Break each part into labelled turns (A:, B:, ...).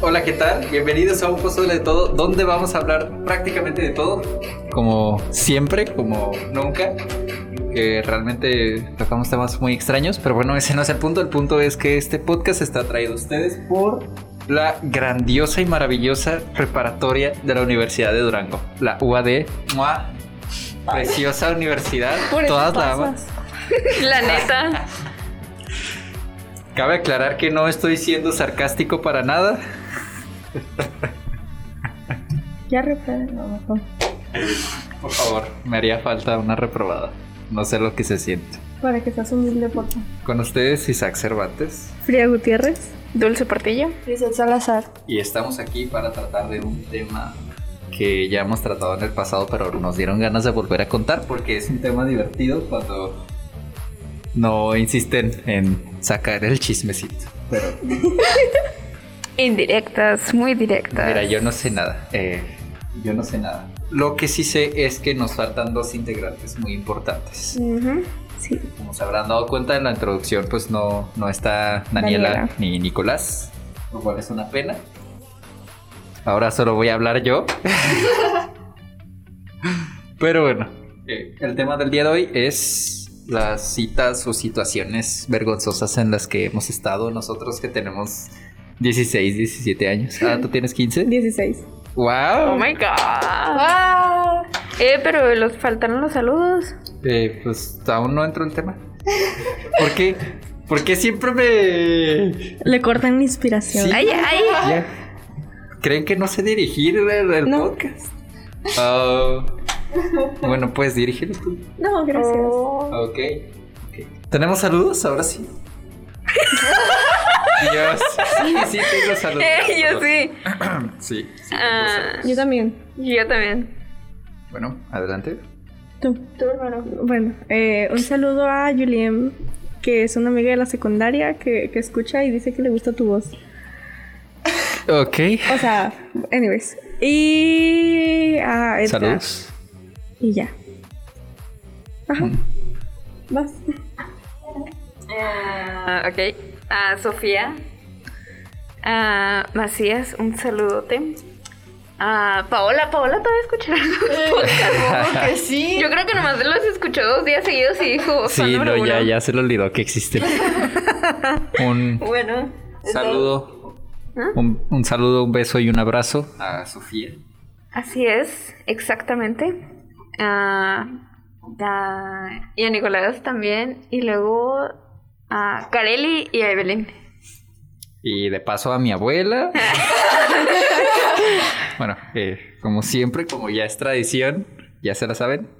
A: Hola, ¿qué tal? Bienvenidos a un pozole de todo, donde vamos a hablar prácticamente de todo, como siempre, como nunca. Que realmente tocamos temas muy extraños, pero bueno, ese no es el punto. El punto es que este podcast está traído a ustedes por la grandiosa y maravillosa preparatoria de la Universidad de Durango, la UAD. ¡Mua! Preciosa universidad,
B: Por eso
A: todas la
B: pasas.
A: aman.
B: La neta.
A: Cabe aclarar que no estoy siendo sarcástico para nada.
B: Ya reprueben, no, mejor.
A: Por favor, me haría falta una reprobada. No sé lo que se siente.
B: Para que seas humilde, por favor.
A: Con ustedes, Isaac Cervantes.
B: Frida Gutiérrez. Dulce Portillo. Grisel Salazar.
A: Y estamos aquí para tratar de un tema que ya hemos tratado en el pasado, pero nos dieron ganas de volver a contar porque es un tema divertido cuando no insisten en sacar el chismecito. Pero
B: Indirectas, muy directas.
A: mira, yo no sé nada. eh, yo no sé nada. Lo que sí sé es que nos faltan dos integrantes muy importantes.
B: Ujú, Sí.
A: Como se habrán dado cuenta en la introducción, pues no, no está Daniela,
B: Daniela.
A: ni Nicolás, lo cual es una pena. Ahora solo voy a hablar yo. Pero bueno, eh, el tema del día de hoy es las citas o situaciones vergonzosas en las que hemos estado nosotros que tenemos 16, 17 años. Ah, tú tienes 15.
B: 16.
A: ¡Wow!
B: Oh my god. Eh, pero los faltaron los saludos.
A: Eh, pues aún no entro en tema. ¿Por qué? ¿Por qué siempre me,
C: Le cortan la inspiración.
A: Sí.
B: Ay, ay.
A: Ya. ¿Creen que no sé dirigir el, el
C: No.
A: podcast? Ah, bueno, pues dirígelo tú.
C: No, gracias.
B: Oh.
A: Ok. ¿Tenemos saludos? Ahora sí. Dios. Sí, sí, tengo saludos.
B: Eh, yo sí.
A: Sí, sí, tengo
B: Ah,
A: saludos.
C: Yo también.
B: yo también.
A: Bueno, adelante.
C: Tú.
B: Tú, hermano.
C: Bueno, eh, un saludo a Julien, que es una amiga de la secundaria que, que escucha y dice que le gusta tu voz.
A: Ok.
C: O sea, anyways. Y a Edgar.
A: Saludos.
C: Y ya. Ajá.
A: Mm.
C: Vas.
B: Ah, ok. A Sofía. A Ah, Macías, un saludote. A Paola, Paola todavía escucha el podcast.
D: Claro que sí.
B: Yo creo Oh, que nomás los escuchó dos días seguidos y dijo. fan
A: Sí,
B: número
A: no, ya,
B: uno.
A: ya se le olvidó que existe. Un
B: Bueno.
A: saludo.
B: ¿Ah?
A: Un, un saludo, un beso y un abrazo a Sofía.
B: Así es, exactamente. Ah, a- y a Nicolás también. Y luego a Kareli y a Evelyn.
A: Y de paso a mi abuela. bueno, eh, como siempre, como ya es tradición, ya se la saben.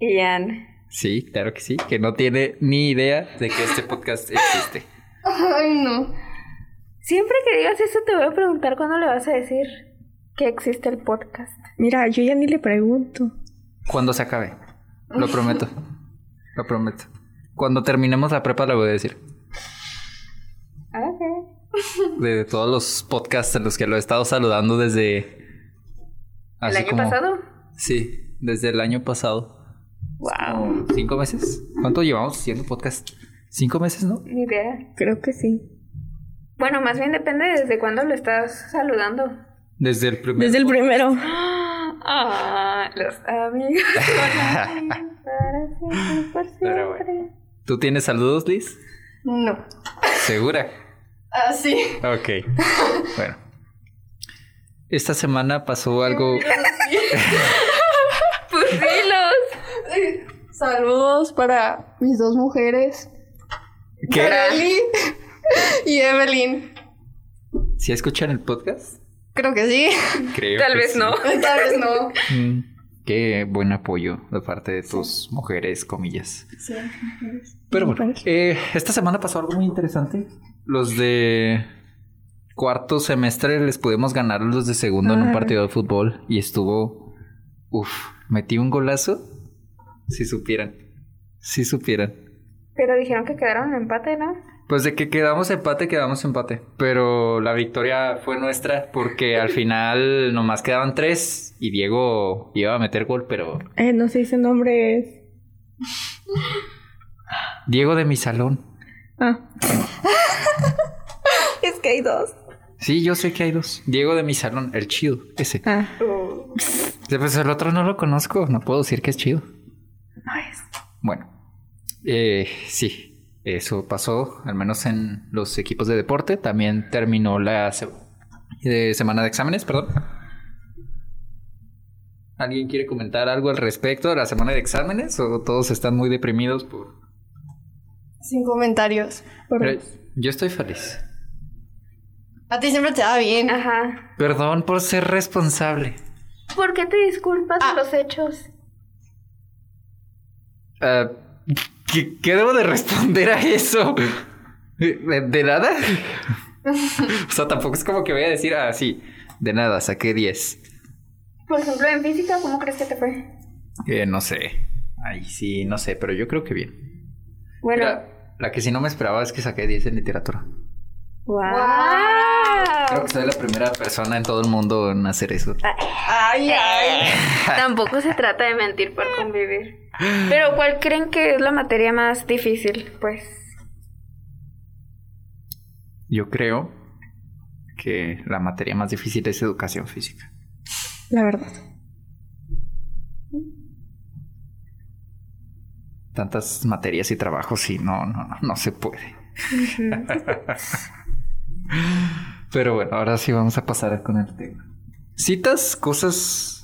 B: Y a Anne.
A: Sí, claro que sí, que no tiene ni idea de que este podcast existe.
B: Ay, no. Siempre que digas eso, te voy a preguntar cuándo le vas a decir que existe el podcast.
C: Mira, yo ya ni le pregunto.
A: Cuando se acabe. Lo prometo. Lo prometo. Cuando terminemos la prepa lo voy a decir.
B: Ah,
A: De todos los podcasts en los que lo he estado saludando desde...
B: ¿El
A: así
B: año
A: como-
B: pasado?
A: Sí, desde el año pasado.
B: Wow.
A: Como ¿Cinco meses? ¿Cuánto llevamos haciendo podcast? ¿Cinco meses, no?
B: Ni idea.
C: Creo que sí.
B: Bueno, más bien depende desde cuándo lo estás saludando.
A: Desde el primer.
C: Desde el primero.
B: Ah, los amigos. son amigos para siempre, por
A: Pero
B: siempre.
A: ¿Tú tienes saludos, Liz?
D: No.
A: ¿Segura?
D: Ah, sí.
A: Ok. Bueno. Esta semana pasó algo.
B: Pues dilos.
D: Saludos para mis dos mujeres, Kareli y Evelyn.
A: ¿Sí escuchan el podcast?
D: Creo que sí.
A: Creo.
B: Tal
A: que
B: vez
A: sí.
B: no.
D: Tal vez no.
A: Mm, Qué buen apoyo de parte de tus mujeres, comillas.
D: Sí.
A: Pero bueno, eh, esta semana pasó algo muy interesante. Los de cuarto semestre les pudimos ganar a los de segundo en un
C: Ajá.
A: partido de fútbol y estuvo. Uf, metí un golazo. Si supieran. Si supieran.
B: Pero dijeron que quedaron en empate, ¿no?
A: Pues de que quedamos empate, quedamos empate. Pero la victoria fue nuestra porque al final nomás quedaban tres y Diego iba a meter gol, pero
C: Eh, no se dice nombres.
A: Diego de mi salón.
C: Ah. es que hay dos.
A: Sí, yo sé que hay dos. Diego de mi salón, el chido, ese.
C: Ah.
A: Sí, Pues el otro no lo conozco, no puedo decir que es chido. Bueno, eh, sí, eso pasó, al menos en los equipos de deporte. También terminó la se- eh, semana de exámenes, perdón. ¿Alguien quiere comentar algo al respecto de la semana de exámenes? ¿O todos están muy deprimidos? Por...
D: Sin comentarios.
C: Por-
A: Pero yo estoy feliz.
D: A ti siempre te da bien.
B: Ajá.
A: Perdón por ser responsable.
B: ¿Por qué te disculpas
D: Ah.
B: de los hechos?
A: Ah, ¿qué, qué debo de responder a eso? ¿De, de nada? o sea, tampoco es como que voy a decir, ah, sí, de nada, saqué 10.
B: Por ejemplo, en física, ¿cómo crees que te fue?
A: Eh, no sé. Ay, sí, no sé, pero yo creo que bien.
B: Bueno,
A: Mira, la que sí no me esperaba es que saqué 10 en literatura.
B: wow.
A: Creo que soy la primera persona en todo el mundo en hacer eso.
D: Ay, ay.
B: Tampoco se trata de mentir por convivir. Pero ¿cuál creen que es la materia más difícil? Pues
A: Yo creo que la materia más difícil es educación física.
C: La verdad.
A: Tantas materias y trabajos y no, no, no, no se puede. Pero bueno, ahora sí vamos a pasar con el tema. Citas, cosas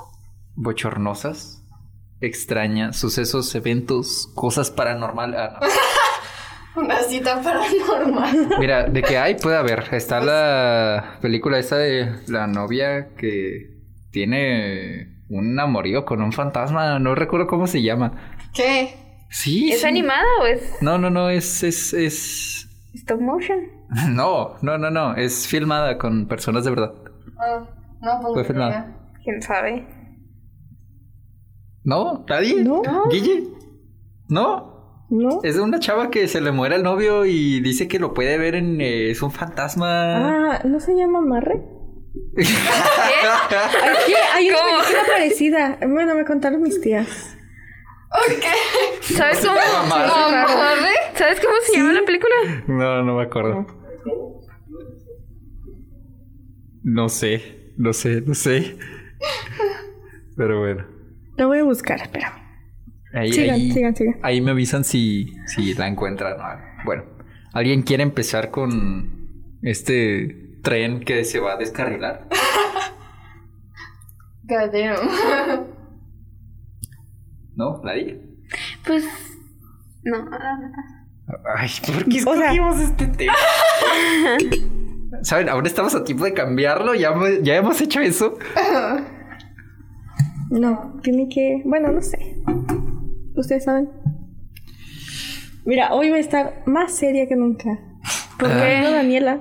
A: bochornosas, extrañas, sucesos, eventos, cosas paranormal. Ah,
D: Una cita paranormal.
A: no. Mira, de que hay puede haber. Está la película esa de la novia que tiene un amorío con un fantasma. No recuerdo cómo se llama.
D: ¿Qué?
A: Sí.
B: ¿es
A: sí.
B: animada o es
A: No, no, no, es, es, es...
B: stop motion?
A: No, no, no, no. Es filmada con personas de verdad.
D: Ah, no, pues.
A: Fue filmada.
D: ya.
B: ¿Quién sabe?
A: ¿No? ¿Nadie?
C: No.
A: ¿Guille? ¿No?
C: ¿No?
A: Es de una chava que se le muere al novio y dice que lo puede ver en... eh, es un fantasma.
C: Ah, ¿no se llama Amarre? Ay, ¿Qué? Hay una
B: ¿Cómo?
C: película parecida. Bueno, me contaron mis tías.
B: ¿Sabes cómo?
A: Amarre.
B: Amarre. ¿Sabes cómo se llama la película?
A: No, no me acuerdo. No sé, no sé, no sé. Pero bueno.
C: La voy a buscar, espérame.
A: Ahí,
C: Sigan,
A: ahí-
C: sigan, sigan.
A: Ahí me avisan si, si la encuentran. o algo. Bueno, ¿alguien quiere empezar con este tren que se va a descarrilar?
D: God damn.
A: ¿No? ¿Nadie?
B: Pues no. ah,
A: Ay, ¿por qué
C: O sea-
A: escogimos este tema? ¿Saben? Ahora estamos a tiempo de cambiarlo. Ya, hemos- ya hemos hecho eso.
C: No, tiene que. Bueno, no sé. Ustedes saben. Mira, hoy va a estar más seria que nunca. Porque
A: Ah.
C: no, Daniela,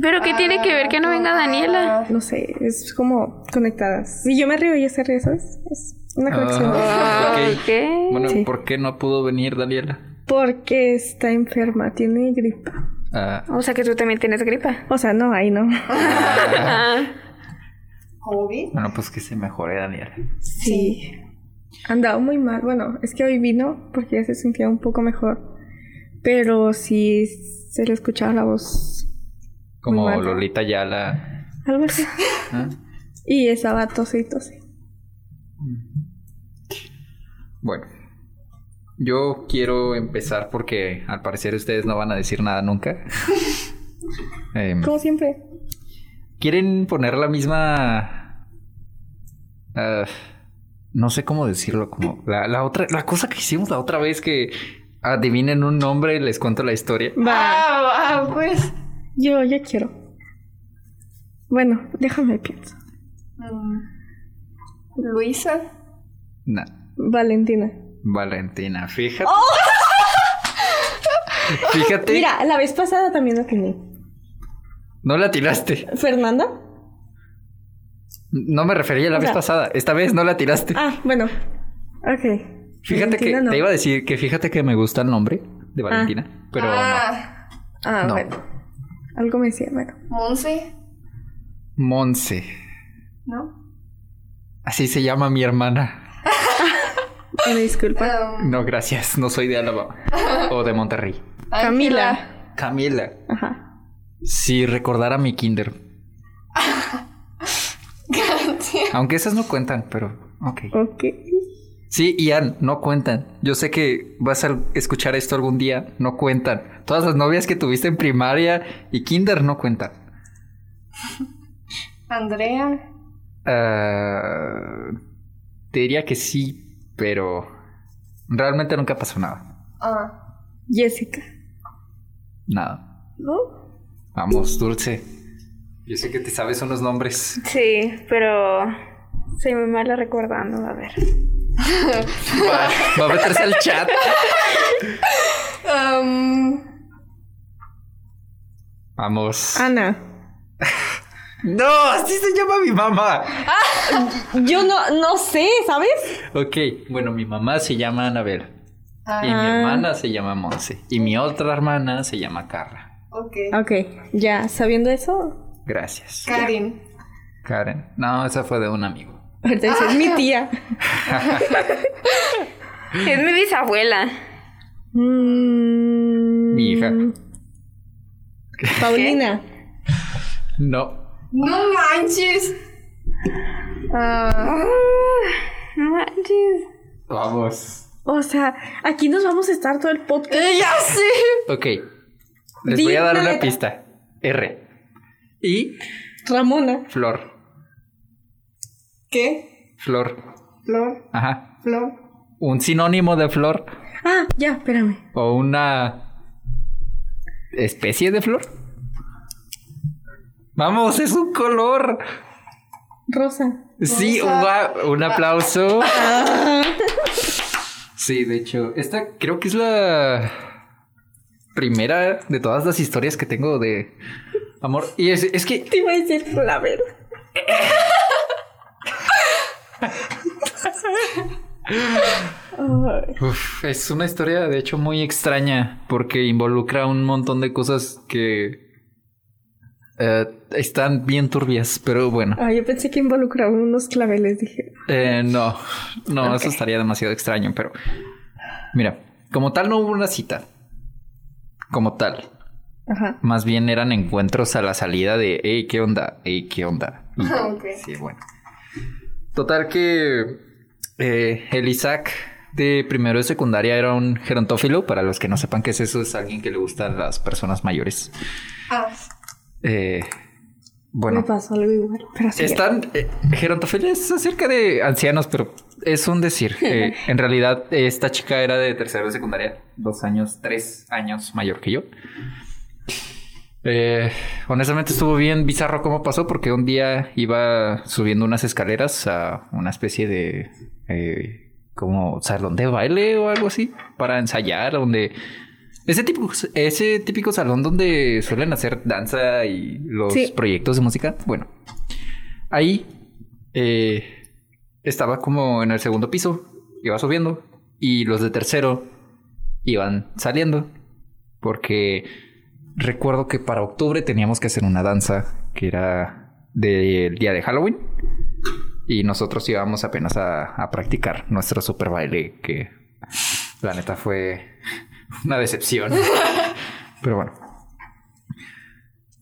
B: Pero qué tiene que ver que no venga Daniela?
C: no sé, es como conectadas. Si yo me río, ella se ríe, ¿sabes? Es una conexión.
A: Ah, ok.
B: ¿Qué?
A: Bueno,
C: Sí.
A: ¿por qué no pudo venir Daniela?
C: Porque está enferma, tiene gripa.
A: Ah,
B: O sea que tú también tienes gripa.
C: O sea, no, ahí no.
B: Ah,
D: ¿Covid?
A: bueno, pues que se mejore Daniela.
C: Sí. Andaba muy mal. Bueno, es que hoy vino porque ya se sentía un poco mejor. Pero sí se le escuchaba la voz.
A: Como
C: Muy mal.
A: Lolita ya la...
C: Algo así.
A: ¿Ah?
C: Y estaba tose y tose.
A: Bueno, yo quiero empezar porque al parecer ustedes no van a decir nada nunca. Em,
C: Como siempre.
A: ¿Quieren poner la misma... ah, no sé cómo decirlo, como la, la otra, la cosa que hicimos la otra vez que adivinen un nombre y les cuento la historia.
C: Va.
D: Ah, ah, pues.
C: Yo, yo quiero. Bueno, déjame pienso.
D: Mm. Luisa.
A: Nah,
C: Valentina.
A: Valentina, fíjate. Fíjate,
C: Mira, la vez pasada también la tenía.
A: no la tiraste.
C: ¿Fernanda?
A: No me refería a la
C: O
A: vez
C: sea-
A: pasada. Esta vez no la tiraste.
C: Ah, bueno. Ok.
A: Fíjate que
C: Valentina no.
A: te iba a decir que fíjate que me gusta el nombre de Valentina, pero
D: ah,
C: Ah,
A: no.
C: bueno. Algo me decía, bueno.
A: no.
D: Monse.
A: Monse.
D: ¿No?
A: Así se llama mi hermana.
C: Una disculpa.
D: Um,
A: No, gracias. No soy de Álava o de Monterrey.
D: Ángela.
C: Camila.
A: Camila.
C: Ajá.
A: Si recordara mi kinder. Aunque esas no cuentan, pero ok.
C: Ok.
A: Sí, Ian, no cuentan. Yo sé que vas a escuchar esto algún día, no cuentan. Todas las novias que tuviste en primaria y kinder no cuentan.
D: Andrea.
A: Ah, te diría que sí, pero realmente nunca pasó nada.
D: Ah.
C: Jessica.
A: Nada.
C: ¿No?
A: Vamos, Dulce. Yo sé que te sabes unos nombres.
B: Sí, pero soy muy mala recordando. A ver.
A: Va, va a meterse al chat.
D: Um,
A: Vamos.
C: Ana.
A: No, así se llama mi mamá.
E: Yo no, no sé, ¿sabes?
A: Ok, bueno, mi mamá se llama Anabel. Y mi
C: Ah.
A: hermana se llama Monse. Y mi otra hermana se llama Carla.
D: ok.
C: Ok, ya, sabiendo eso,
A: Gracias.
D: Karin.
A: Karen. No, esa fue de un amigo.
C: ahorita dices, es mi tía.
B: pues, Es mi bisabuela.
C: Mm,
A: Mi hija.
C: Paulina.
A: No.
D: No manches.
B: Ah, no manches.
A: Vamos.
C: O sea, aquí nos vamos a estar todo el podcast.
D: Eh, ya sé.
A: Ok. Les
C: Di
A: voy a dar
C: una
A: una
C: letra.
A: pista. R. Y
C: Ramona.
A: Flor.
D: ¿Qué?
A: Flor.
D: Flor,
A: Ajá.
D: flor.
A: Un sinónimo de flor
C: Ah, ya, espérame.
A: o una especie de flor. Vamos, es un color.
C: Rosa.
A: Sí, guau, un aplauso. Sí, de hecho, esta creo que es la primera de todas las historias que tengo de amor. Y es, es que
C: Te iba a decir Flaver.
A: uf, es una historia, de hecho, muy extraña porque involucra un montón de cosas que eh, están bien turbias, pero bueno.
C: Ah, yo pensé que involucraba unos claveles, dije.
A: Eh, no, no,
C: Ok.
A: eso estaría demasiado extraño, pero mira, como tal no hubo una cita, como tal,
C: Ajá.
A: más bien eran encuentros a la salida de, hey, ¿qué onda? Hey, ¿qué onda? Y-
D: Ok.
A: Sí, bueno. Total que eh, el Isaac de primero de secundaria era un gerontófilo, para los que no sepan qué es eso, es alguien que le gustan las personas mayores.
D: Ah,
A: Eh, bueno,
C: Me pasó algo igual. Pero así
A: están eh, gerontofilia es acerca de ancianos, pero es un decir. Eh, en realidad, esta chica era de tercero de secundaria, dos años, tres años mayor que yo. Eh, honestamente estuvo bien bizarro cómo pasó porque un día iba subiendo unas escaleras a una especie de eh, como salón de baile o algo así para ensayar donde ese típico, ese típico salón donde suelen hacer danza y los
C: Sí.
A: proyectos de música. Bueno, ahí eh, estaba como en el segundo piso, iba subiendo y los de tercero iban saliendo porque recuerdo que para octubre teníamos que hacer una danza que era del día de Halloween y nosotros íbamos apenas a, a practicar nuestro super baile que la neta fue una decepción. Pero bueno.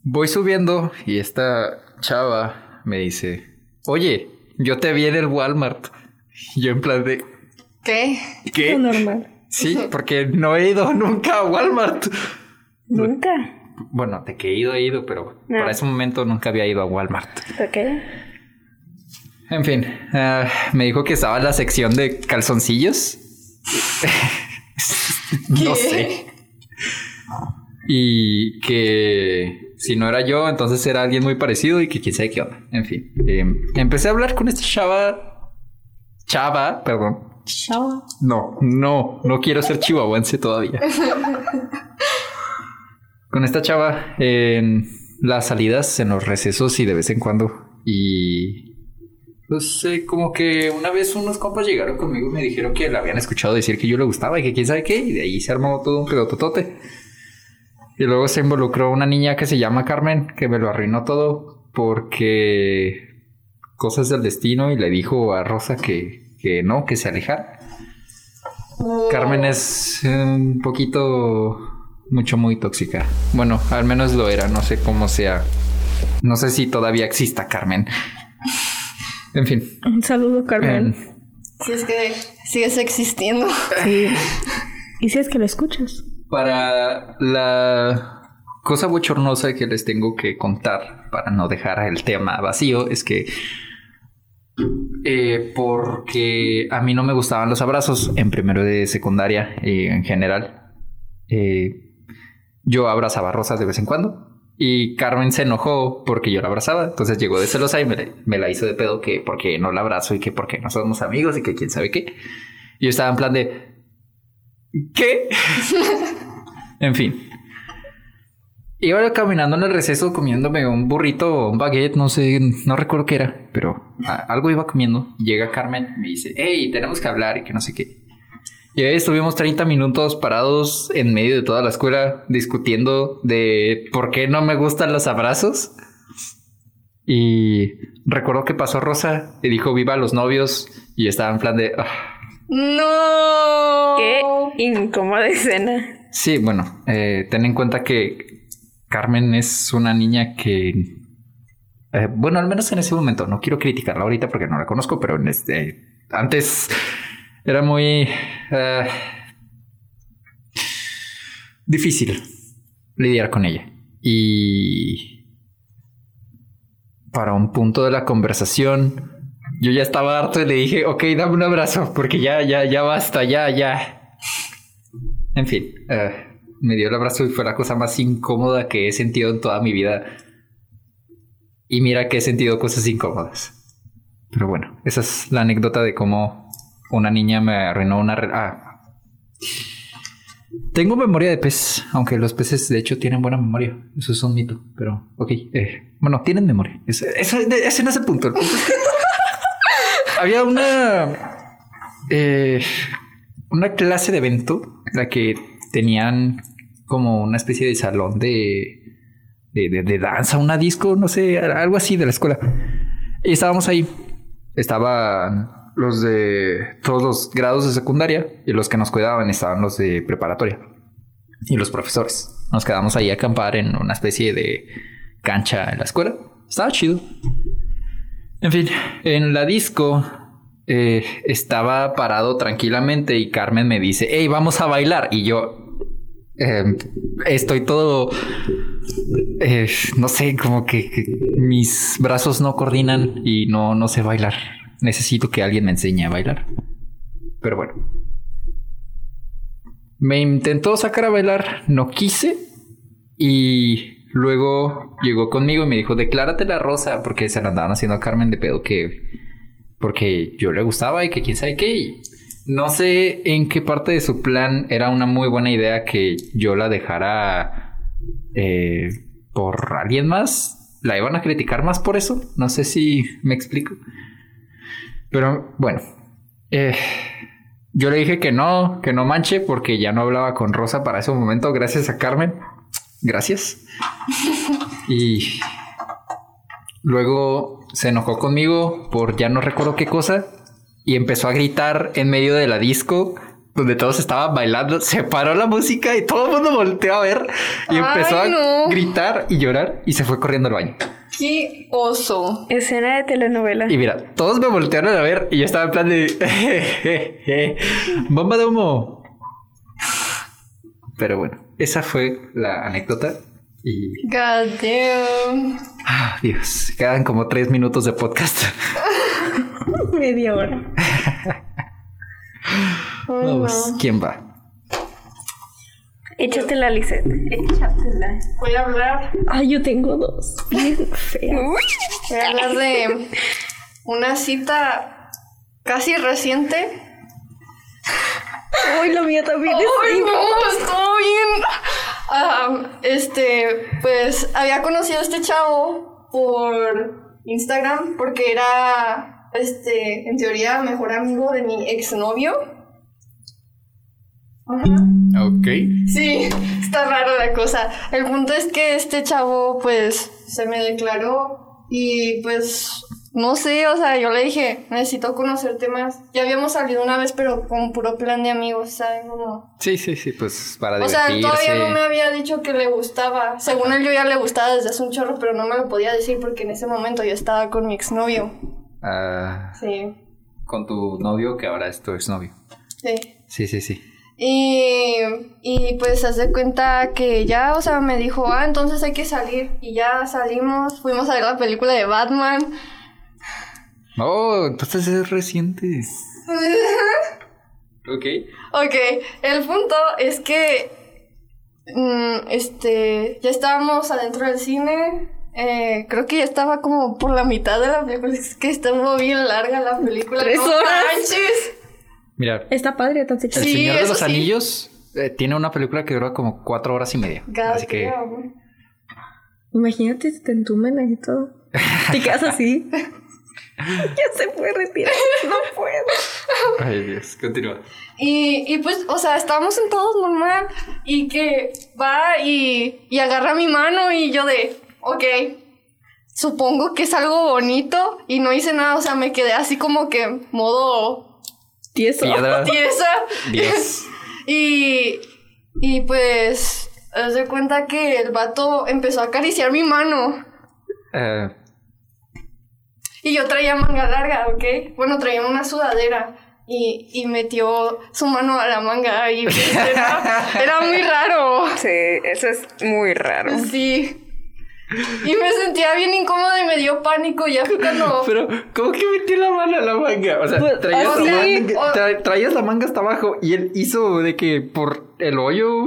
A: Voy subiendo y esta chava me dice, oye, yo te vi en el Walmart. Y yo en plan de,
D: ¿Qué?
C: era.
A: ¿qué?
C: normal.
A: Sí, porque no he ido nunca a Walmart.
B: Nunca.
A: Bueno, de que he ido, he ido, pero
B: No.
A: para ese momento nunca había ido a Walmart.
B: Ok.
A: En fin, ah, me dijo que estaba en la sección de calzoncillos. no
D: ¿Qué?
A: sé. Y que si no era yo, entonces era alguien muy parecido y que quién sabe qué onda. En fin, eh, empecé a hablar con esta chava. Chava, perdón.
C: Chao.
A: No, no, no quiero ser chihuahuense todavía. Con esta chava en las salidas, en los recesos y de vez en cuando. Y no sé, como que una vez unos compas llegaron conmigo y me dijeron que la habían escuchado decir que yo le gustaba y que quién sabe qué. Y de ahí se armó todo un pedototote. Y luego se involucró una niña que se llama Carmen, que me lo arruinó todo porque cosas del destino y le dijo a Rosa que, que no, que se alejara. Carmen es eh, un poquito mucho, muy tóxica. Bueno, al menos lo era, no sé cómo sea. No sé si todavía exista Carmen. En fin.
C: Un saludo, Carmen.
A: em,
D: Si es que sigues existiendo.
C: Sí. Y si es que lo escuchas.
A: para la cosa bochornosa que les tengo que contar para no dejar el tema vacío es que eh, porque a mí no me gustaban los abrazos en primero de secundaria y en general eh, yo abrazaba a Rosa de vez en cuando y Carmen se enojó porque yo la abrazaba entonces llegó de celosa y me, la- me la hizo de pedo que porque no la abrazo y que porque no somos amigos y que quién sabe qué y yo estaba en plan de ¿Qué? en fin. Iba caminando en el receso comiéndome un burrito o un baguette, no sé, no recuerdo qué era, pero a- algo iba comiendo. Llega Carmen, me dice, hey, tenemos que hablar y que no sé qué. Y ahí estuvimos 30 minutos parados en medio de toda la escuela discutiendo de por qué no me gustan los abrazos. Y recuerdo que pasó Rosa y dijo, viva los novios. Y estaba en plan de, "Ah,
D: ¡No!
B: Qué
C: Oh.
B: incómoda escena.
A: Sí, bueno, eh, ten en cuenta que Carmen es una niña que, eh, bueno, al menos en ese momento, no quiero criticarla ahorita porque no la conozco, pero en este, antes era muy eh, difícil lidiar con ella. Y para un punto de la conversación, yo ya estaba harto y le dije, ok, dame un abrazo, porque ya, ya, ya basta, ya, ya. En fin, eh, me dio el abrazo y fue la cosa más incómoda que he sentido en toda mi vida. Y mira que he sentido cosas incómodas. Pero bueno, esa es la anécdota de cómo una niña me arruinó una... re- Ah. Tengo memoria de pez, aunque los peces de hecho tienen buena memoria. Eso es un mito, pero ok. eh, bueno, tienen memoria. Ese, ese- ese no es el punto. El punto es que- Había una... eh, una clase de evento en la que tenían como una especie de salón de, de, de- de danza, una disco, no sé, algo así de la escuela. Y estábamos ahí. Estaban los de todos los grados de secundaria y los que nos cuidaban estaban los de preparatoria y los profesores. Nos quedamos ahí a acampar en una especie de cancha en la escuela. Estaba chido. En fin, en la disco eh, estaba parado tranquilamente y Carmen me dice, hey, vamos a bailar. Y yo eh, estoy todo, eh, no sé, como que, que mis brazos no coordinan y no, no sé bailar. Necesito que alguien me enseñe a bailar. Pero bueno. Me intentó sacar a bailar, no quise. Y luego llegó conmigo y me dijo, declárate la rosa, porque se la andaban haciendo a Carmen de pedo que... Porque yo le gustaba y que quién sabe qué. y No sé en qué parte de su plan era una muy buena idea que yo la dejara eh, por alguien más. La iban a criticar más por eso. No sé si me explico. Pero bueno. eh, yo le dije que no, que no manche, porque ya no hablaba con Rosa para ese momento, gracias a Carmen. Gracias. Y luego se enojó conmigo por ya no recuerdo qué cosa y empezó a gritar en medio de la disco donde todos estaban bailando. Se paró la música y todo el mundo volteó a ver y empezó
D: Ay,
A: a
D: no.
A: gritar y llorar y se fue corriendo al baño.
D: ¡Qué oso!
B: Escena de telenovela.
A: Y mira, todos me voltearon a ver y yo estaba en plan de. ¡Bomba de humo! Pero bueno, esa fue la anécdota. Y.
D: God damn.
A: ah, Dios, quedan como tres minutos de podcast.
C: Media hora.
D: Ay,
A: Vamos,
D: no.
A: ¿quién va?
B: Échatela, Lisette. Échatela.
D: Voy a hablar.
C: Ay, yo tengo dos. Bien feas.
D: Voy a hablar de una cita casi reciente.
C: Ay, la mía
B: Oh.
C: también es
D: ¡Ay, no! ¡Estuvo bien! Ah, este, pues había conocido a este chavo por Instagram porque era, este, en teoría, mejor amigo de mi exnovio. Ajá.
A: Ok.
D: Sí, está raro la cosa. El punto es que este chavo, pues, se me declaró y pues No sé, o sea, yo le dije, necesito conocerte más. Ya habíamos salido una vez, pero con puro plan de amigos, ¿saben? Como...
A: Sí, sí, sí, pues para
D: O sea,
A: divertirse.
D: todavía no me había dicho que le gustaba. Según él, yo ya le gustaba desde hace un chorro, pero no me lo podía decir porque en ese momento yo estaba con mi exnovio.
A: Ah,
D: Sí,
A: con tu novio que ahora es tu exnovio.
D: sí.
A: Sí, sí, sí.
D: Y, y pues haz de cuenta que ya, o sea, me dijo, ah, entonces hay que salir. Y ya salimos, fuimos a ver la película de Batman.
A: Oh, entonces es reciente. ok.
D: Ok, el punto es que mm, este ya estábamos adentro del cine. eh, creo que ya estaba como por la mitad de la película. Es que estuvo bien larga la película.
E: Tres
D: no
E: horas.
D: manches.
A: Mira,
C: Está padre, tan
A: El
C: sexy.
D: Sí,
A: Señor de
D: eso
A: los
D: sí.
A: Anillos eh, tiene una película que dura como cuatro horas y media.
D: God
A: Así que
D: damn.
C: Imagínate, si te entumen ahí todo. Te quedas así. ya se puede retirar. No puedo.
A: Ay, Dios, continúa.
D: Y, y pues, o sea, estábamos en todos normal. Y que va y, y agarra mi mano. Y yo de, ok, supongo que es algo bonito. Y no hice nada, o sea, me quedé así como que modo
C: Tieso.
A: Piedra.
D: tiesa.
A: Dios.
D: Y, y pues, haz de cuenta que el vato empezó a acariciar mi mano.
A: Eh,
D: Y yo traía manga larga, ¿ok? Bueno, traía una sudadera. Y, y metió su mano a la manga. Y pues, era, era muy raro.
E: Sí, eso es muy raro.
D: Sí. Y me sentía bien incómoda y me dio pánico. Ya fue cuando.
A: Pero, ¿cómo que metió la mano en la manga? O sea,
E: Pues,
A: traías, la,
D: así,
A: manga,
D: o-
A: tra- traías la manga hasta abajo y él hizo de que por el hoyo.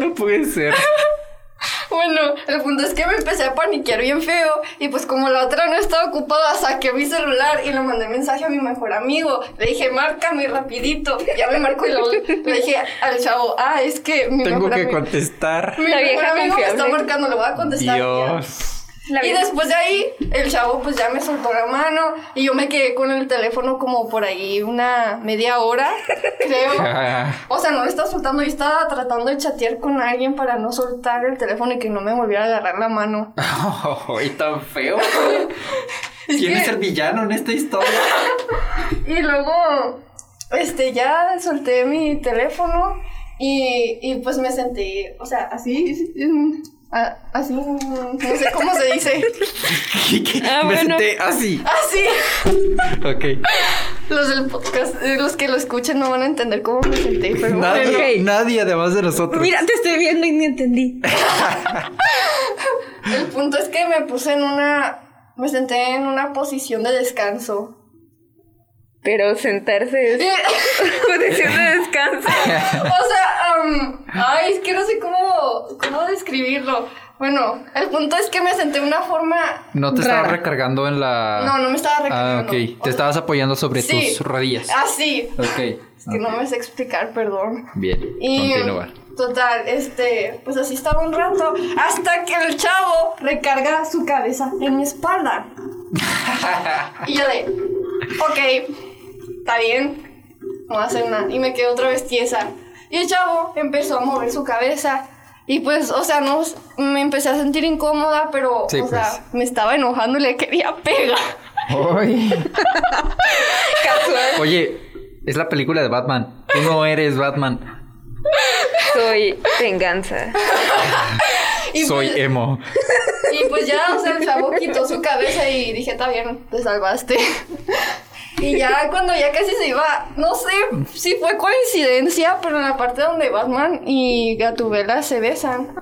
A: no puede ser.
D: Bueno, el punto es que me empecé a paniquear bien feo y pues como la otra no estaba ocupada, saqué mi celular y le mandé mensaje a mi mejor amigo. Le dije, márcame rapidito. Ya me marcó y luego le dije al chavo, ah, es que mi
A: Tengo
D: mejor
A: que
D: amigo...
A: contestar.
D: Mi
E: La
D: mejor
E: vieja
D: amigo me está
E: confiable.
D: marcando, le voy a contestar.
A: Dios.
E: La
D: Y
E: vieja-
D: después de ahí, el chavo pues ya me soltó la mano y yo me quedé con el teléfono como por ahí una media hora, creo.
A: Ah,
D: O sea, no lo estaba soltando, yo estaba tratando de chatear con alguien para no soltar el teléfono y que no me volviera a agarrar la mano.
A: y tan feo.
D: Es
A: ¿Quién
D: que-
A: es el villano en esta historia?
D: Y luego, este, ya solté mi teléfono y, y pues me senté, o sea, así, mm, a- así, mm, no sé cómo se dice,
E: Ah,
A: Me
E: bueno.
A: senté así.
D: así.
A: Ok.
D: Los del podcast, eh, los que lo escuchen no van a entender cómo me senté, pero
A: Nadie,
D: bueno.
A: nadie además de nosotros.
E: Mira, te estoy viendo y ni entendí.
D: El punto es que me puse en una, me senté en una posición de descanso.
E: Pero sentarse es condición de descanso.
D: O sea, am, ay, es que no sé cómo, cómo describirlo. Bueno, el punto es que me senté de una forma.
A: No te
E: Rara.
A: estabas recargando en la.
D: No, no me estaba
A: Ah,
D: recargando.
A: ok. Te
D: O sea,
A: estabas apoyando sobre
D: Sí.
A: tus rodillas.
D: Así.
A: Ok.
D: Es que no me sé explicar, perdón.
A: Bien.
D: Y. um,
A: Continúa.
D: Total, este. Pues así estaba un rato. Hasta que el chavo recarga su cabeza en mi espalda. y yo de. Ok, está bien. No voy a hacer nada. Y me quedé otra vez tiesa. Y el chavo empezó a mover su cabeza. Y pues, o sea, no, me empecé a sentir incómoda, pero,
A: Sí,
D: o sea, me estaba enojando y le quería pegar.
A: Oye, es la película de Batman. Tú no eres Batman.
E: Soy venganza.
D: Y
A: Soy
D: pues-
A: emo.
D: Y pues ya, o sea, el chavo quitó su cabeza y dije, está bien, te salvaste. Y ya cuando ya casi se iba, no sé si fue coincidencia, pero en la parte donde Batman y Gatubela se besan.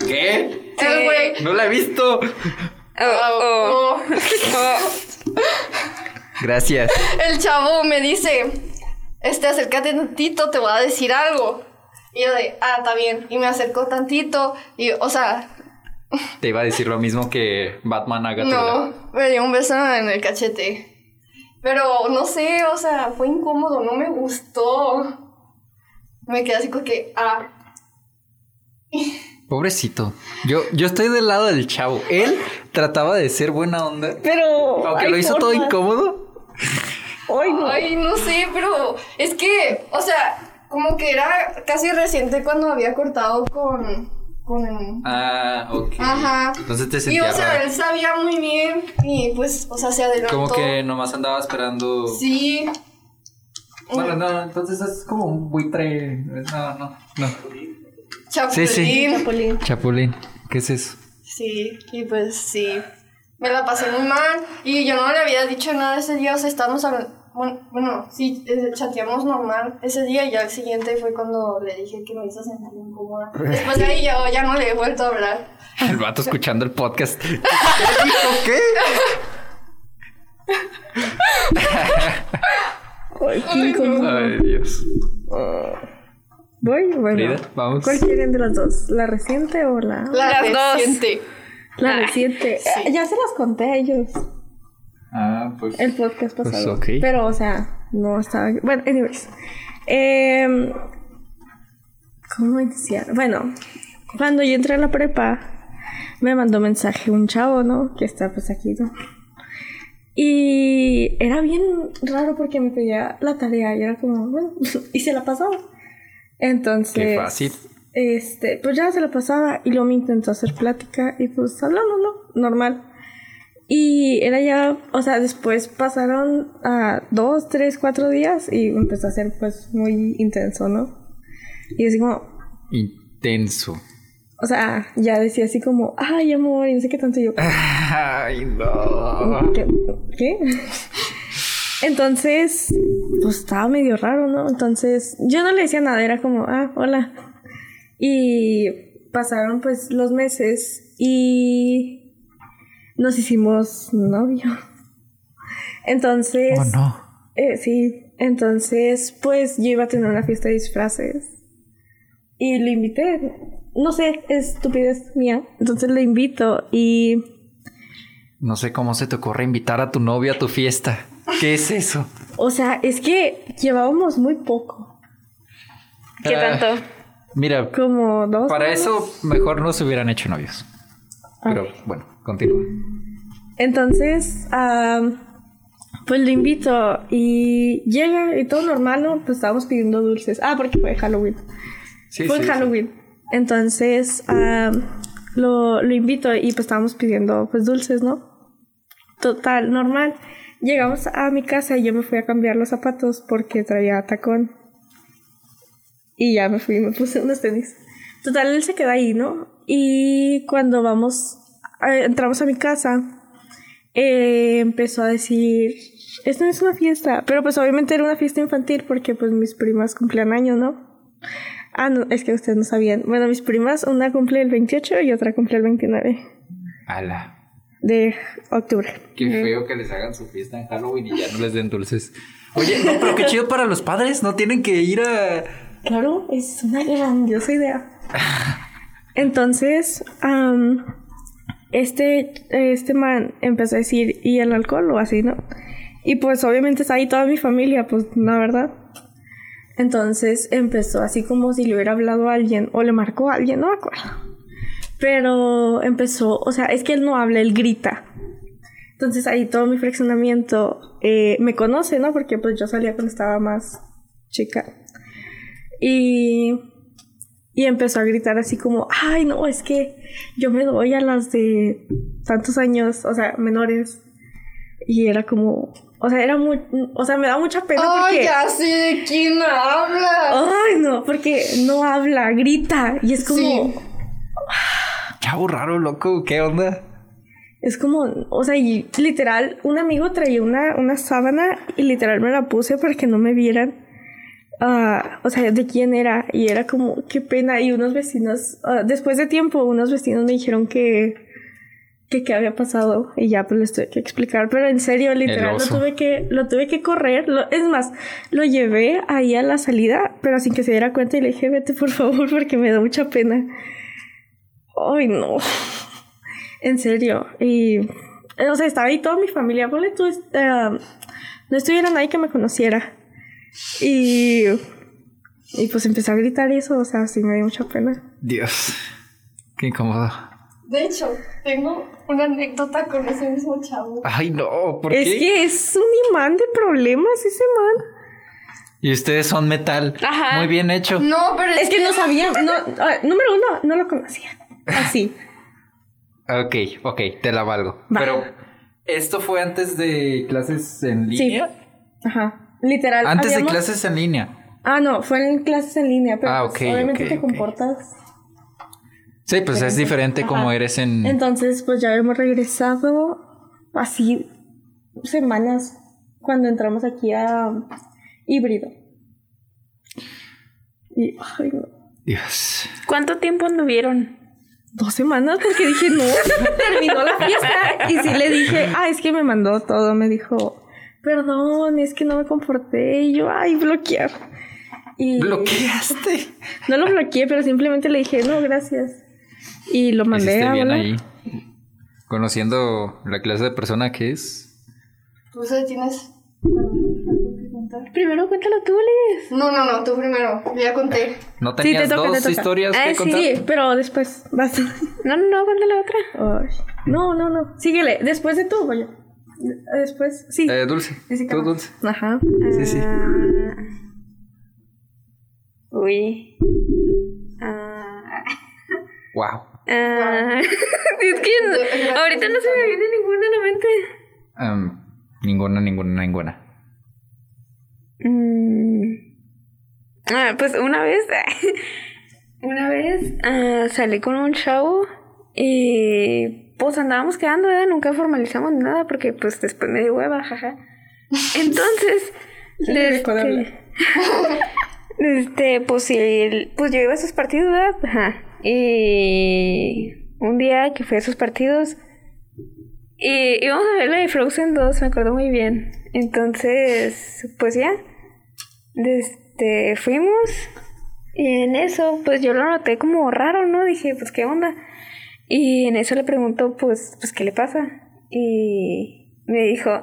A: ¿Qué?
D: El güey.
A: No la he visto.
E: Oh,
D: oh,
E: oh,
D: oh.
E: oh.
A: Gracias.
D: El chavo me dice, este, acércate tantito, te voy a decir algo. Y yo de, ah, está bien. Y me acercó tantito. Y, o sea,
A: Te iba a decir lo mismo que Batman haga
D: No, me dio un beso en el cachete. Pero no sé, o sea, fue incómodo, no me gustó. Me quedé así como que, ah,
A: Pobrecito. Yo, yo estoy del lado del chavo. Él trataba de ser buena onda.
E: Pero.
A: Aunque
E: hay
A: lo hizo todo
E: formas.
A: incómodo.
E: Ay, no.
D: ay, no sé, pero es que, o sea, como que era casi reciente cuando había cortado con, con...
A: Ah, ok.
D: Ajá.
A: Entonces te
D: Y,
A: sentías
D: o sea,
A: rara.
D: él sabía muy bien y, pues, o sea, se adelantó.
A: Como que nomás andaba esperando.
D: Sí.
A: Bueno, no, entonces es como un buitre. No, no, no.
D: Chapulín.
A: sí.
D: Chapulín.
A: Chapulín, ¿qué es eso?
D: Sí, y pues, sí. Me la pasé muy mal y yo no le había dicho nada ese día, o sea, estábamos hablando... Bueno, bueno, sí, eh, chateamos normal ese día y ya el siguiente fue cuando le dije que me hizo sentir incómoda. Después de ahí yo ya no le he vuelto a hablar.
A: El vato escuchando el podcast. ¿Qué dijo qué?
C: Ay, qué incómodo.
A: Ay, Dios.
C: Voy, bueno.
A: Frida, vamos.
C: ¿Cuál quieren de las dos? ¿La reciente o la.?
D: La
E: Las dos.
D: reciente.
C: La reciente. Ah, Ya se las conté a ellos.
A: Ah, pues.
C: El podcast
A: Pues,
C: pasado.
A: ok.
C: Pero, o sea, no estaba. Bueno, anyways. Em, ¿Cómo iniciar? Bueno, cuando yo entré a la prepa, me mandó mensaje un chavo, ¿no? Que está pues aquí, ¿no? Y era bien raro porque me pedía la tarea y era como, bueno, y se la pasaba. Entonces.
A: Qué fácil.
C: Este, pues ya se la pasaba y luego me intentó hacer plática y pues hablamos, ¿no? Normal. Y era ya, o sea, después pasaron a dos, tres, cuatro días y empezó a ser pues muy intenso, ¿no? Y así como,
A: Intenso.
C: o sea, ya decía así como, ay amor, y no sé qué tanto y yo.
A: Ay, no.
C: ¿Qué? ¿Qué? Entonces, pues estaba medio raro, ¿no? Entonces, yo no le decía nada, era como, ah, hola. Y pasaron pues los meses y nos hicimos novio. Entonces,
A: Oh, no.
C: eh, sí, entonces pues yo iba a tener una fiesta de disfraces y lo invité. No sé, estupidez mía. Entonces le invito y
A: No sé cómo se te ocurre invitar a tu novio a tu fiesta. ¿Qué es eso?
C: O sea, es que llevábamos muy poco.
E: ¿Qué
A: Ah,
E: tanto?
A: Mira,
C: Como dos.
A: para
C: años.
A: eso mejor no se hubieran hecho novios.
C: Ah.
A: Pero bueno, continúa.
C: Entonces, am, pues lo invito y llega y todo normal, ¿no? Pues estábamos pidiendo dulces. Ah, porque fue Halloween.
A: Sí,
C: fue
A: sí,
C: en
A: sí.
C: Halloween. Entonces, am, lo, lo invito y pues estábamos pidiendo pues dulces, ¿no? Total, normal. Llegamos a mi casa y yo me fui a cambiar los zapatos porque traía tacón. Y ya me fui y me puse unos tenis. Total, él se queda ahí, ¿no? Y cuando vamos, eh, entramos a mi casa, eh, empezó a decir, esto no es una fiesta, pero pues obviamente era una fiesta infantil porque pues mis primas cumplían años, ¿no? Ah, no, es que ustedes no sabían. Bueno, mis primas, una cumple el 28 y otra cumple el 29
A: Ala.
C: de octubre.
A: Qué feo que les hagan su fiesta en Halloween y ya no les den dulces. Oye, no, pero qué chido para los padres. No tienen que ir a.
C: Claro, es una grandiosa idea. Entonces, am, este, este man empezó a decir, ¿y el alcohol o así, no? Y pues obviamente está ahí toda mi familia, pues la verdad. Entonces empezó así como si le hubiera hablado a alguien o le marcó a alguien, no me acuerdo. Pero empezó, o sea, es que él no habla, él grita. Entonces ahí todo mi fraccionamiento eh, me conoce, ¿no? Porque pues yo salía cuando estaba más chica. Y, y empezó a gritar así como, ay, no, es que yo me doy a las de tantos años, o sea, menores. Y era como, o sea, era muy, o sea, me da mucha pena
D: Ay,
C: porque...
D: ya sé de quién habla.
C: Ay, no, porque no habla, grita. Y es como,
D: Sí.
A: Chavo raro, loco, ¿qué onda?
C: es como, o sea, y literal, un amigo traía una, una sábana y literal me la puse para que no me vieran. ah, o sea, de quién era. Y era como, qué pena. Y unos vecinos, ah, después de tiempo, unos vecinos me dijeron que que qué había pasado y ya pues les tuve que explicar pero en serio literal lo
A: oso.
C: tuve que lo tuve que correr lo- es más lo llevé ahí a la salida pero sin que se diera cuenta y le dije vete por favor porque me da mucha pena ay no en serio y eh, o sea estaba ahí toda mi familia ponle tú es- eh, no estuviera nadie que me conociera y y pues empecé a gritar y eso o sea sí me dio mucha pena
A: Dios. Qué incómodo.
D: De hecho, tengo una anécdota con ese mismo chavo.
A: Ay, no, ¿por
C: es
A: qué?
C: que es un imán de problemas ese man
A: Y Y ustedes son metal.
E: Ajá.
A: Muy bien hecho.
D: No, pero
C: Es que no sabía, no, ah, número uno, no lo conocía. Así.
A: Ok, ok, te la valgo.
C: Va.
A: Pero, ¿esto fue antes de clases en línea?
C: Ajá. Literal.
A: Antes
C: habíamos-
A: de clases en línea.
C: Ah, no, fueron clases en línea, pero
A: Ah,
C: pues,
A: ok,
C: obviamente
A: ok,
C: te
A: ok.
C: comportas.
A: Sí, pues es diferente
C: Ajá.
A: como eres en...
C: Entonces, pues ya hemos regresado así semanas cuando entramos aquí a um, híbrido. Y, ay, no.
A: Dios.
B: ¿Cuánto tiempo anduvieron?
C: dos semanas porque dije no, terminó la fiesta. Y sí le dije, ah, es que me mandó todo, me dijo, perdón, es que no me comporté. Y yo, ay, bloquear. Y
A: Bloqueaste.
C: no lo bloqueé, pero simplemente le dije, no, gracias. Y lo mandé
A: Hiciste
C: a
A: bien
C: volar.
A: ahí. Conociendo la clase de persona que es.
D: tú se tienes.
B: Primero cuéntalo tú, Liz.
D: No, no, no, tú primero. Ya conté.
A: ¿No
C: Sí, te
A: tenías
C: toca, te
A: dos
C: toca.
A: historias
B: Ah,
A: que
B: sí.
A: contar?
C: Sí, pero después vas.
B: No, no, no, cuéntale otra.
C: Ay, No, no, no. Síguele. Después de tú, voy yo. Después, sí.
A: Eh, dulce.
C: Jessica
A: Tú,
C: más.
A: dulce.
C: Ajá.
A: Sí, sí.
B: Ah. Uy. Ah,
A: Wow.
B: ah, es que no- ahorita no se me viene ninguna a la mente.
A: Em, ninguna, ninguna, ninguna.
B: Mm. Ah, pues una vez, una vez ah, salí con un chavo y pues andábamos quedando, ¿verdad? nunca formalizamos nada porque pues después me dio hueva, jaja. Entonces,
C: me dejó de hablar.
B: este, pues sí, el- pues yo iba a sus partidos, ¿verdad? Ajá. Y un día que fui a sus partidos, y íbamos a ver la de Frozen 2, me acuerdo muy bien. Entonces, pues ya. Este, fuimos. Y en eso, pues yo lo noté como raro, ¿no? Dije, pues qué onda. Y en eso le pregunto, pues, pues qué le pasa. Y me dijo,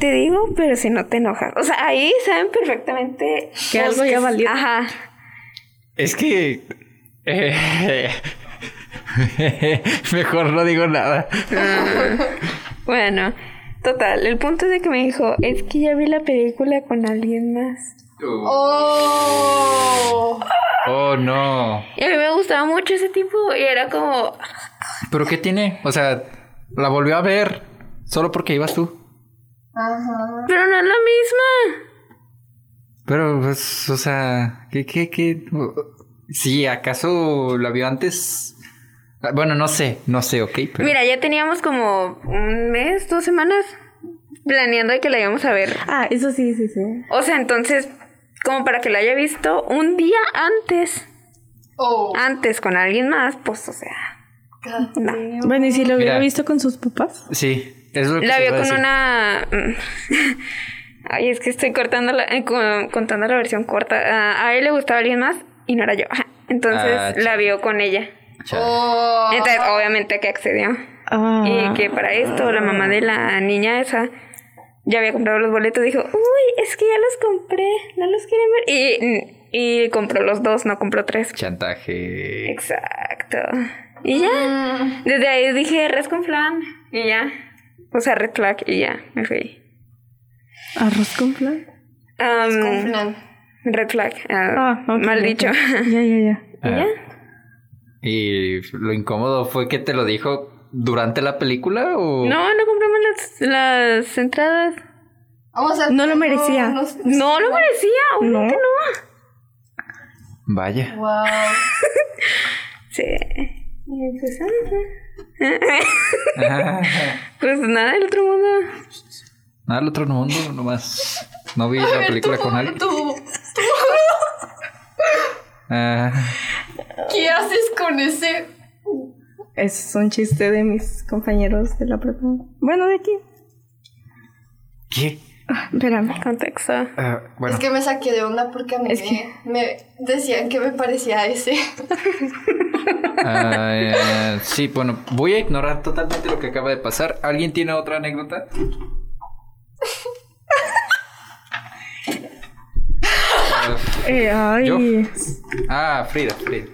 B: te digo, pero si no te enojas. O sea, ahí saben perfectamente
C: Que
B: pues,
C: algo ya valió.
B: Ajá.
A: Es que. eh, mejor no digo nada.
B: Bueno, total. El punto es de que me dijo, es que ya vi la película con alguien más.
D: ¡Oh!
A: Oh, no.
B: Y a mí me gustaba mucho ese tipo y era como,
A: ¿Pero qué tiene? O sea, la volvió a ver solo porque ibas tú.
D: Ajá.
B: pero no es la misma.
A: Pero, pues, o sea, ¿qué, qué, qué? Sí, ¿acaso la vio antes? Ah, Bueno, no sé, no sé, ok, pero...
B: Mira, ya teníamos como un mes, dos semanas planeando de que la íbamos a ver.
C: Ah, eso sí, sí, sí.
B: O sea, entonces, como para que la haya visto un día antes,
D: ¡Oh!
B: antes con alguien más, pues, o sea,
D: God.
B: no.
C: Bueno, y si lo hubiera
A: Mira.
C: visto con sus papás.
A: Sí, es lo que
B: La
A: se
B: vio
A: iba a
B: con
A: decir.
B: una... mm, Ay, es que estoy cortando la, eh, con- contando la versión corta. Ah, a él le gustaba alguien más y no era yo. Entonces
A: Ah,
B: la vio con ella.
A: Chale.
D: ¡Oh!
B: Entonces, obviamente que accedió.
C: Ah.
B: Y que para esto la mamá de la niña esa ya había comprado los boletos. Dijo, uy, es que ya los compré, no los quieren ver. Y, y compró los dos, no compró tres.
A: Chantaje.
B: Exacto. Y ya,
D: Mm.
B: desde ahí dije, res con flan. Y ya, o sea, red flag. Y ya, me fui.
C: Arroz con flan.
B: Am,
D: Con
C: Mm.
D: Flan.
B: Um, red flag. ah,
C: Ah, ok,
B: mal
C: ok.
B: dicho.
C: Ya, ya, ya.
A: Ah. Y lo incómodo fue que te lo dijo durante la película o...
B: No, no compramos las, las entradas.
D: Vamos a
C: No lo merecía.
D: No, no-
B: No lo merecía,
C: No.
B: obviamente no.
A: Vaya.
D: Wow.
B: Sí. Y pues, ajá.
A: Nada,
B: Pues nada del otro mundo.
A: el otro mundo nomás. No vi la película con alguien.
D: Tú,
A: Ah,
D: ¿qué haces con ese?
C: Es un chiste de mis compañeros de la prepa. Bueno, de aquí.
A: ¿Qué?
C: Espérame.
B: Contexto.
A: Ah, bueno,
D: Es que me saqué de onda porque a mí
C: Es
D: me,
C: que-
D: me decían que me parecía a ese.
A: ah, eh, sí, bueno, voy a ignorar totalmente lo que acaba de pasar. ¿Alguien tiene otra anécdota?
C: Eh, ay.
A: ¿Yo?
C: ¿Yo?
A: Ah, Frida, Frida.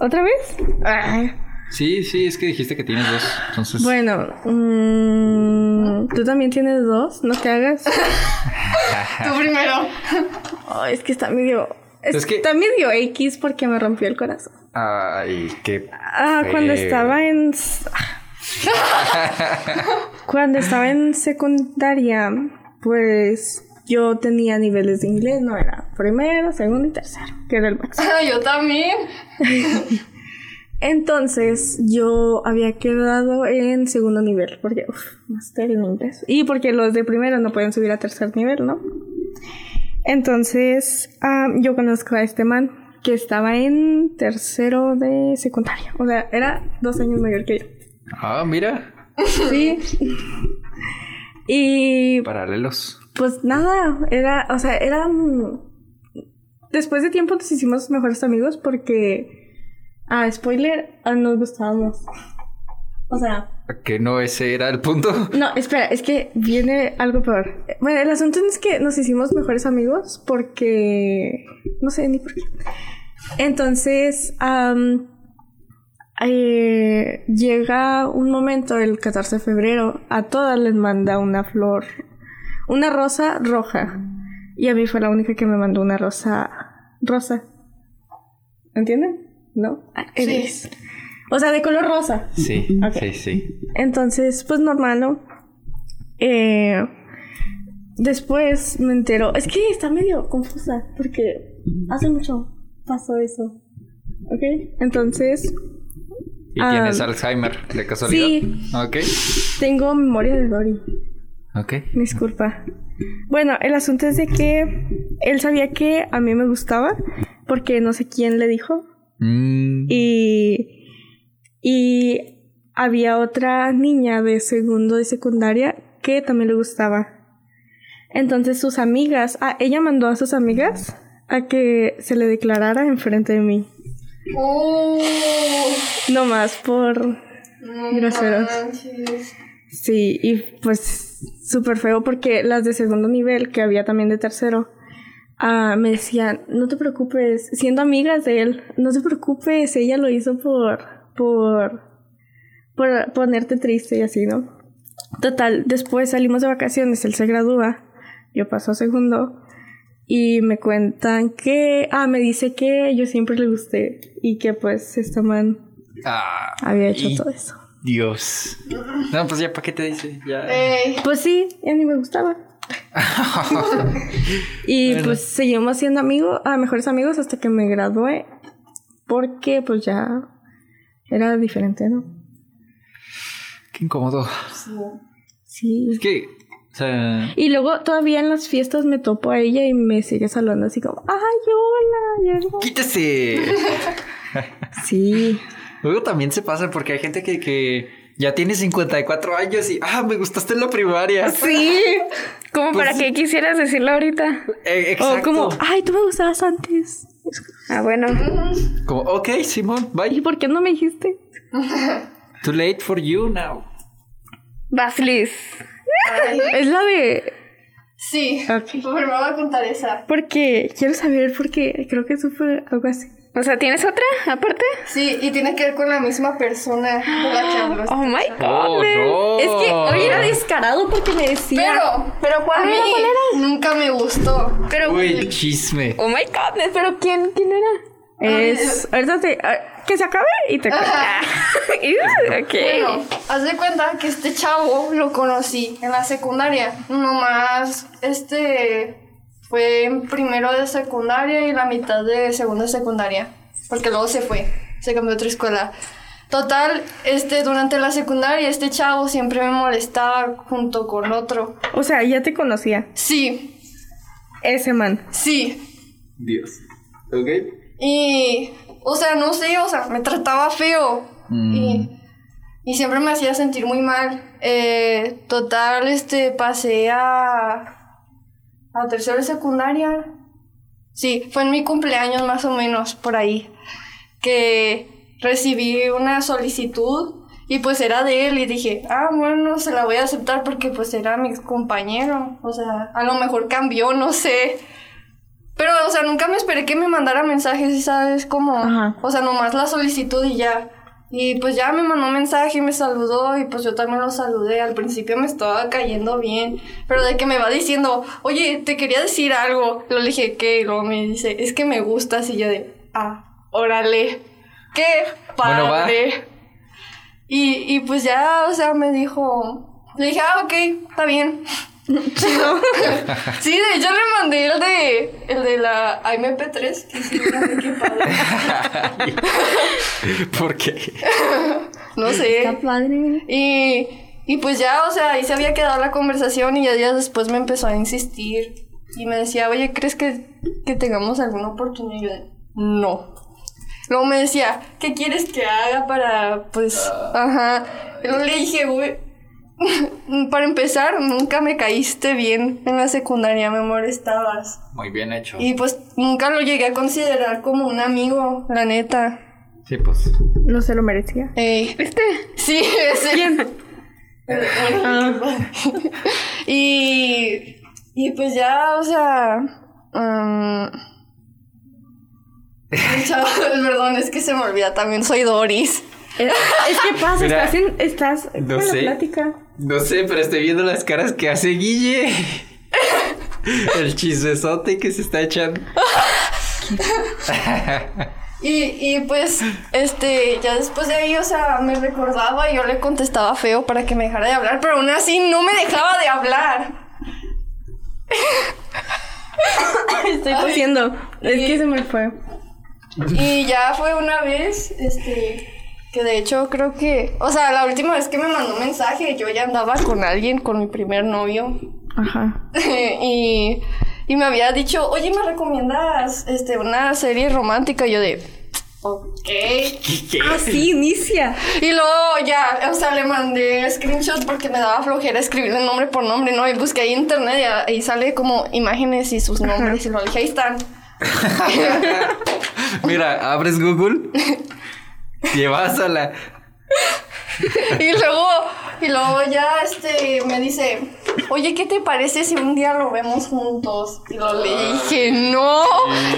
C: ¿Otra vez? Ah.
A: Sí, sí, es que dijiste que tienes dos. Entonces,
C: Bueno. mm, no. Tú también tienes dos, no te hagas.
D: Tú primero.
C: Oh, es que está medio. Es
A: Es que-
C: que... Está medio X porque me rompió el corazón.
A: Ay, qué.
C: Ah, cuando
A: feo.
C: estaba en. cuando estaba en secundaria, pues yo tenía niveles de inglés, no era primero, segundo y tercero, que era el máximo.
D: Ah, Yo también.
C: Entonces yo había quedado en segundo nivel, porque, uff, máster en inglés. Y porque los de primero no pueden subir a tercer nivel, ¿no? Entonces ah, yo conozco a este man que estaba en tercero de secundaria. O sea, era dos años mayor que yo.
A: Ah, mira.
C: Sí. Y
A: Paralelos.
C: pues nada, era, o sea, eran... Después de tiempo nos hicimos mejores amigos porque... Ah, spoiler, ah, nos gustábamos. O sea...
A: Que no ese era el punto.
C: No, espera, es que viene algo peor. Bueno, el asunto es que nos hicimos mejores amigos porque... No sé ni por qué. Entonces, am, eh, llega un momento, el 14 de febrero, a todas les manda una flor, una rosa roja. Y a mí fue la única que me mandó una rosa rosa. ¿Entienden? ¿No? Ah, eres. O sea, de color rosa.
A: Sí,
C: Ok.
A: sí, sí.
C: Entonces, pues normal, ¿no? Eh, después me entero. Es que está medio confusa porque hace mucho pasó eso. ¿Ok? Entonces,
A: ¿Y tienes
C: Ah.
A: Alzheimer de casualidad?
C: Sí.
A: Ok.
C: tengo memoria de Dory.
A: Ok.
C: Disculpa. Bueno, el asunto es de que él sabía que a mí me gustaba porque no sé quién le dijo.
A: Mm,
C: Y, y había otra niña de segundo de secundaria que también le gustaba. Entonces sus amigas, ah, ella mandó a sus amigas a que se le declarara enfrente de mí.
D: Uh,
C: No más por...
D: no
C: Groseros.
D: manches.
C: Sí, y pues súper feo porque las de segundo nivel, que había también de tercero, ah, me decían, no te preocupes, siendo amigas de él, no te preocupes, ella lo hizo por, por, por ponerte triste y así, ¿no? Total, después salimos de vacaciones, él se gradúa, yo paso a segundo y me cuentan que, ah, me dice que yo siempre le gusté y que pues este man
A: Ah,
C: había hecho
A: y-
C: todo eso.
A: Dios. No, pues ya, ¿para qué te dice? Ya.
D: Ey,
C: Pues sí, a mí me gustaba. y
A: Bueno.
C: pues seguimos siendo amigos, a mejores amigos hasta que me gradué. Porque pues ya era diferente, ¿no?
A: Qué incómodo.
C: Sí.
A: Es que, o sea,
C: Y luego todavía en las fiestas me topo a ella y me sigue saludando así como, ¡ay, hola! y algo.
A: quítese.
C: Sí.
A: Luego también se pasa porque hay gente que, que ya tiene 54 años y, ah, me gustaste en la primaria.
B: Sí. Como
A: Pues
B: para
A: sí.
B: que quisieras decirlo ahorita.
A: Eh,
C: O
A: exacto.
C: como, ¡ay, tú me gustabas antes!
B: Ah, bueno.
A: Como, ok, Simón,
C: ¿Y
A: bye.
C: por qué no me dijiste?
A: Too late for you now.
B: Baslis.
D: ay.
C: Es la de...
D: Sí.
C: Ok.
D: Pero me voy a contar esa.
C: Porque quiero saber, porque creo que supe algo así.
B: O sea, ¿tienes otra aparte?
D: Sí, y tiene que ver con la misma persona de la que
C: Ah.
D: habló.
B: Oh my
A: Oh,
B: god.
A: no.
C: Es que hoy era descarado porque me decía...
D: Pero, pero
C: Ah,
D: ¿cuál,
B: era? ¿Cuál
D: Nunca me gustó.
B: Pero
A: Uy, el chisme.
B: Oh my god, pero ¿quién quién era? eh.
C: Es. Ahorita te. ah, Que se acabe y te cuento.
B: Ew, ok.
D: Bueno, haz de cuenta que este chavo lo conocí en la secundaria. Nomás, este fue en primero de secundaria y la mitad de segunda de secundaria. Porque luego se fue, se cambió a otra escuela. Total, este, durante la secundaria este chavo siempre me molestaba junto con otro.
C: O sea, ya te conocía.
D: Sí,
C: Ese man.
D: sí,
A: Dios. Ok.
D: Y, o sea, no sé, o sea, me trataba feo.
A: Mm.
D: Y, y siempre me hacía sentir muy mal. Eh, total, este, pasé a, a tercero de secundaria. Sí, fue en mi cumpleaños más o menos, por ahí, que recibí una solicitud y pues era de él y dije, ah, bueno, se la voy a aceptar porque pues era mi compañero. O sea, a lo mejor cambió, no sé. Pero, o sea, nunca me esperé que me mandara mensajes, ¿sabes? Como,
C: Ajá.
D: o sea, nomás la solicitud y ya. Y pues ya me mandó un mensaje y me saludó y pues yo también lo saludé. Al principio me estaba cayendo bien, pero de que me va diciendo, oye, te quería decir algo. Lo le dije, ¿qué? Y luego me dice, es que me gustas. Y yo de, ah, órale, qué
A: Bueno, va.
D: padre. y, y pues ya, o sea, me dijo, le dije, ah, ok, está bien. Chido. sí, de hecho le mandé el de, el de la AMP3. Que sí, era de qué padre.
A: ¿Por qué?
D: No sé.
C: padre.
D: Y, y pues ya, o sea, ahí se había quedado la conversación y ya días después me empezó a insistir. Y me decía, oye, ¿crees que, que tengamos alguna oportunidad? Y yo de, no. Luego me decía, ¿qué quieres que haga para, pues, ajá. Y luego le dije, güey, para empezar, nunca me caíste bien en la secundaria, me molestabas.
A: Muy bien hecho.
D: Y pues nunca lo llegué a considerar como un amigo, la neta.
A: Sí, pues.
C: No se lo merecía.
D: Ey. Sí, ese. y, y pues ya, o sea. mm, el chavo- perdón, es que se me olvida también, soy Doris.
C: Es, es que pasa,
A: Mira,
C: estás, en, estás
A: no
C: con
A: sé.
C: la plática.
A: No sé, pero estoy viendo las caras que hace Guille. El chismesote que se está echando.
D: Y, y pues, este, ya después de ahí, o sea, me recordaba y yo le contestaba feo para que me dejara de hablar, pero aún así no me dejaba de hablar.
C: Estoy tosiendo. Es que se me fue.
D: Y ya fue una vez, este, que de hecho creo que, o sea, la última vez que me mandó un mensaje, yo ya andaba con alguien, con mi primer novio.
C: Ajá.
D: y, y me había dicho, oye, ¿me recomiendas este, una serie romántica? Y yo de, ok.
C: Así inicia.
D: Y luego ya, o sea, le mandé screenshot porque me daba flojera escribir el nombre por nombre, ¿no? Y busqué ahí en internet y a- ahí sale como imágenes y sus nombres y lo dije, ahí están.
A: Mira, abres Google. Llevas a la.
D: Y luego, y luego ya este, me dice, oye, ¿qué te parece si un día lo vemos juntos? Y lo le dije, no.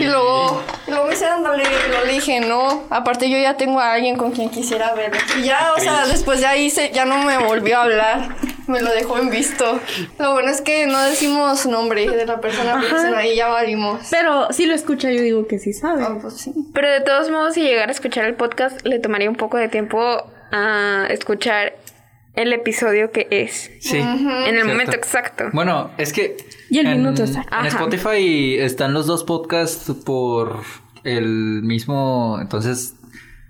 D: Y luego, y luego me dice, ándale, y lo le dije, no. Aparte yo ya tengo a alguien con quien quisiera verlo. Y ya, o sea, después de ahí se, ya no me volvió a hablar. Me lo dejó en visto. Lo bueno es que no decimos nombre de la persona, porque
C: Ajá.
D: si no, ahí ya valimos.
C: Pero Oh, si lo escucha, yo digo que sí sabe.
D: Ah, pues sí.
E: Pero de todos modos, si llegara a escuchar el podcast, le tomaría un poco de tiempo a escuchar el episodio que es.
A: Sí.
E: En el
A: Cierto.
E: momento exacto.
A: Bueno, es que.
C: Y el minuto está.
A: En
E: Ajá.
A: Spotify están los dos podcasts por el mismo. Entonces,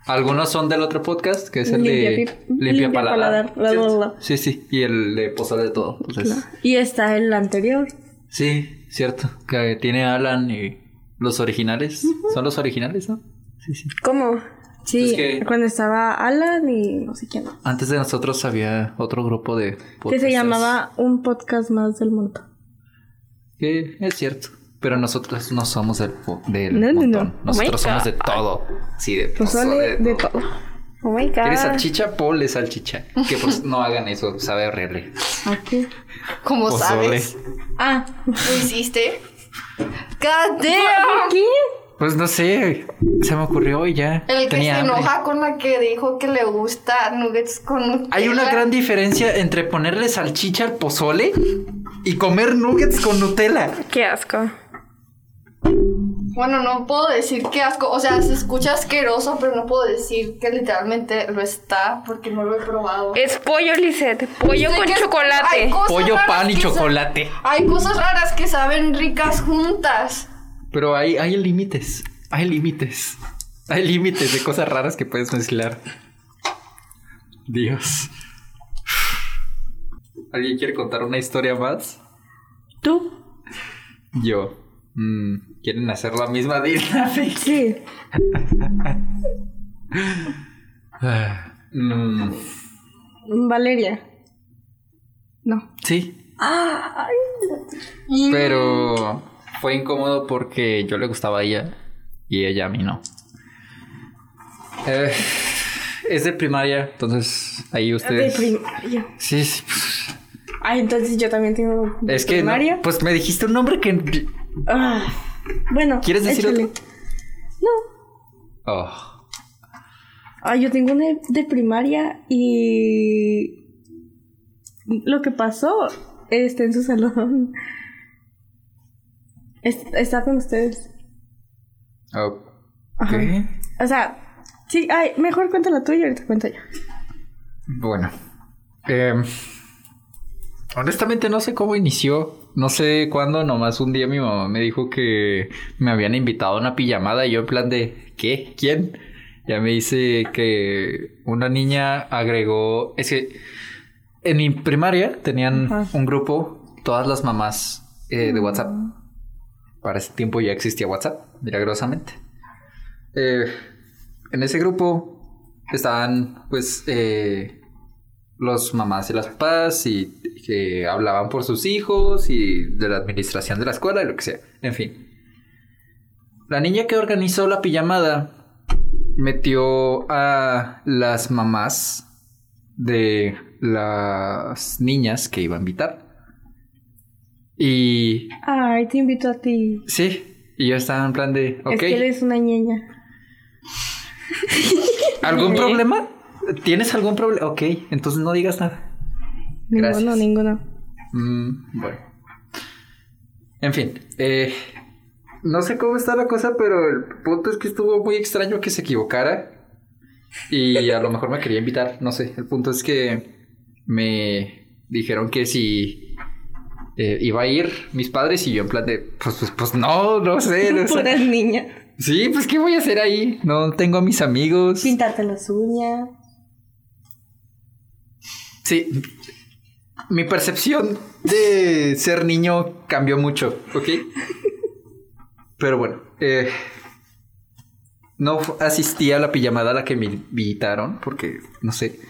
A: algunos son del otro podcast, que es el
C: Limpia
A: de
C: pi-
A: Limpia,
C: limpia
A: Paladar.
C: paladar, bla, bla, bla.
A: Sí, sí. Y el de Pozole de Todo. Entonces,
C: Y está el anterior.
A: Sí, cierto. Que tiene Alan y los originales. Son los originales, ¿no? Sí, sí.
E: ¿Cómo?
C: Sí,
A: Es que-
C: cuando estaba Alan y no sé quién más.
A: Antes de nosotros había otro grupo de
C: Que se
A: podcasters.
C: llamaba Un Podcast Más del Mundo.
A: Que es cierto. Pero nosotros no somos del, po- del
C: No, no, no.
A: montón.
C: Oh
A: Nosotros somos de todo. Sí, de
C: Pozole
A: pozole,
C: Pues de Ah. todo.
E: Oh my god.
A: ¿Quieres salchicha? Ponle salchicha. Que pues no hagan eso, sabe horrible.
C: Aquí.
D: Como
C: Pues
A: Pozole.
D: sabes,
C: Ah,
D: lo hiciste. God damn.
C: ¿qué?
A: Pues no sé, se me ocurrió y ya.
D: El que
A: Tenía
D: se
A: hambre.
D: enoja con la que dijo que le gusta nuggets con Nutella.
A: Hay una gran diferencia entre ponerle salchicha al pozole y comer nuggets con Nutella.
E: Qué asco.
D: Bueno, no puedo decir que asco. O sea, se escucha asqueroso, pero no puedo decir que literalmente lo está porque no lo he probado.
E: Es pollo, Lisette. Pollo
D: Sé
E: con
D: que es- hay
E: chocolate.
D: cosas
A: Pollo,
D: raras
A: pan y
D: que sa-
A: chocolate.
D: Hay cosas raras que saben ricas juntas.
A: Pero hay, hay límites. Hay límites. Hay límites de cosas raras que puedes mezclar. Dios. ¿Alguien quiere contar una historia más?
C: ¿Tú?
A: Yo. Mm, ¿Quieren hacer la misma dinámica?
C: Sí.
A: Ah, mm,
C: Valeria. No.
A: sí. Pero fue incómodo porque yo le gustaba a ella y ella a mí no. Eh, es de primaria, entonces ahí
C: De
A: ustedes.
C: primaria.
A: sí, sí, pues,
C: Ah, entonces yo también tengo
A: Es que, no-
C: primaria.
A: pues me dijiste un nombre que...
C: Ah, bueno.
A: ¿Quieres decir
C: échale.
A: otro? Oh.
C: Ah, yo tengo una de primaria y lo que pasó está en su salón. Es- Está con ustedes.
A: Ok.
C: Ajá. O sea, sí, ay, mejor cuenta la tuya, ahorita cuento yo.
A: Bueno. Em, honestamente no sé cómo inició. No sé cuándo, nomás un día mi mamá me dijo que me habían invitado a una pijamada y yo en plan de ¿qué? ¿Quién? Ya me dice que una niña agregó. Es que en mi primaria tenían
C: Ajá.
A: un grupo, todas las mamás eh, de WhatsApp. Para ese tiempo ya existía WhatsApp, milagrosamente. Eh, en ese grupo estaban, pues, eh, los mamás y las papás y que hablaban por sus hijos y de la administración de la escuela y lo que sea. En fin. La niña que organizó la pijamada metió a las mamás de las niñas que iba a invitar. Y
C: Ay, te invito a ti.
A: sí, y yo estaba en plan de, ok.
C: Es que eres una ñeña.
A: ¿Algún problema? ¿Tienes algún problema? Ok, entonces no digas nada.
C: Ninguno,
A: Gracias.
C: ninguno.
A: Mm, bueno. En fin, eh, no sé cómo está la cosa, pero el punto es que estuvo muy extraño que se equivocara. Y a lo mejor me quería invitar, no sé. El punto es que me dijeron que si eh, iba a ir mis padres y yo en plan de, pues, pues, pues no, no sé. no sé.
C: Pura niña.
A: Sí, pues ¿qué voy a hacer ahí? No tengo a mis amigos.
C: Pintarte las uñas.
A: Sí. Mi percepción de ser niño cambió mucho, ¿ok? Pero bueno, eh, no fu- asistí a la pijamada a la que me invitaron, porque no sé.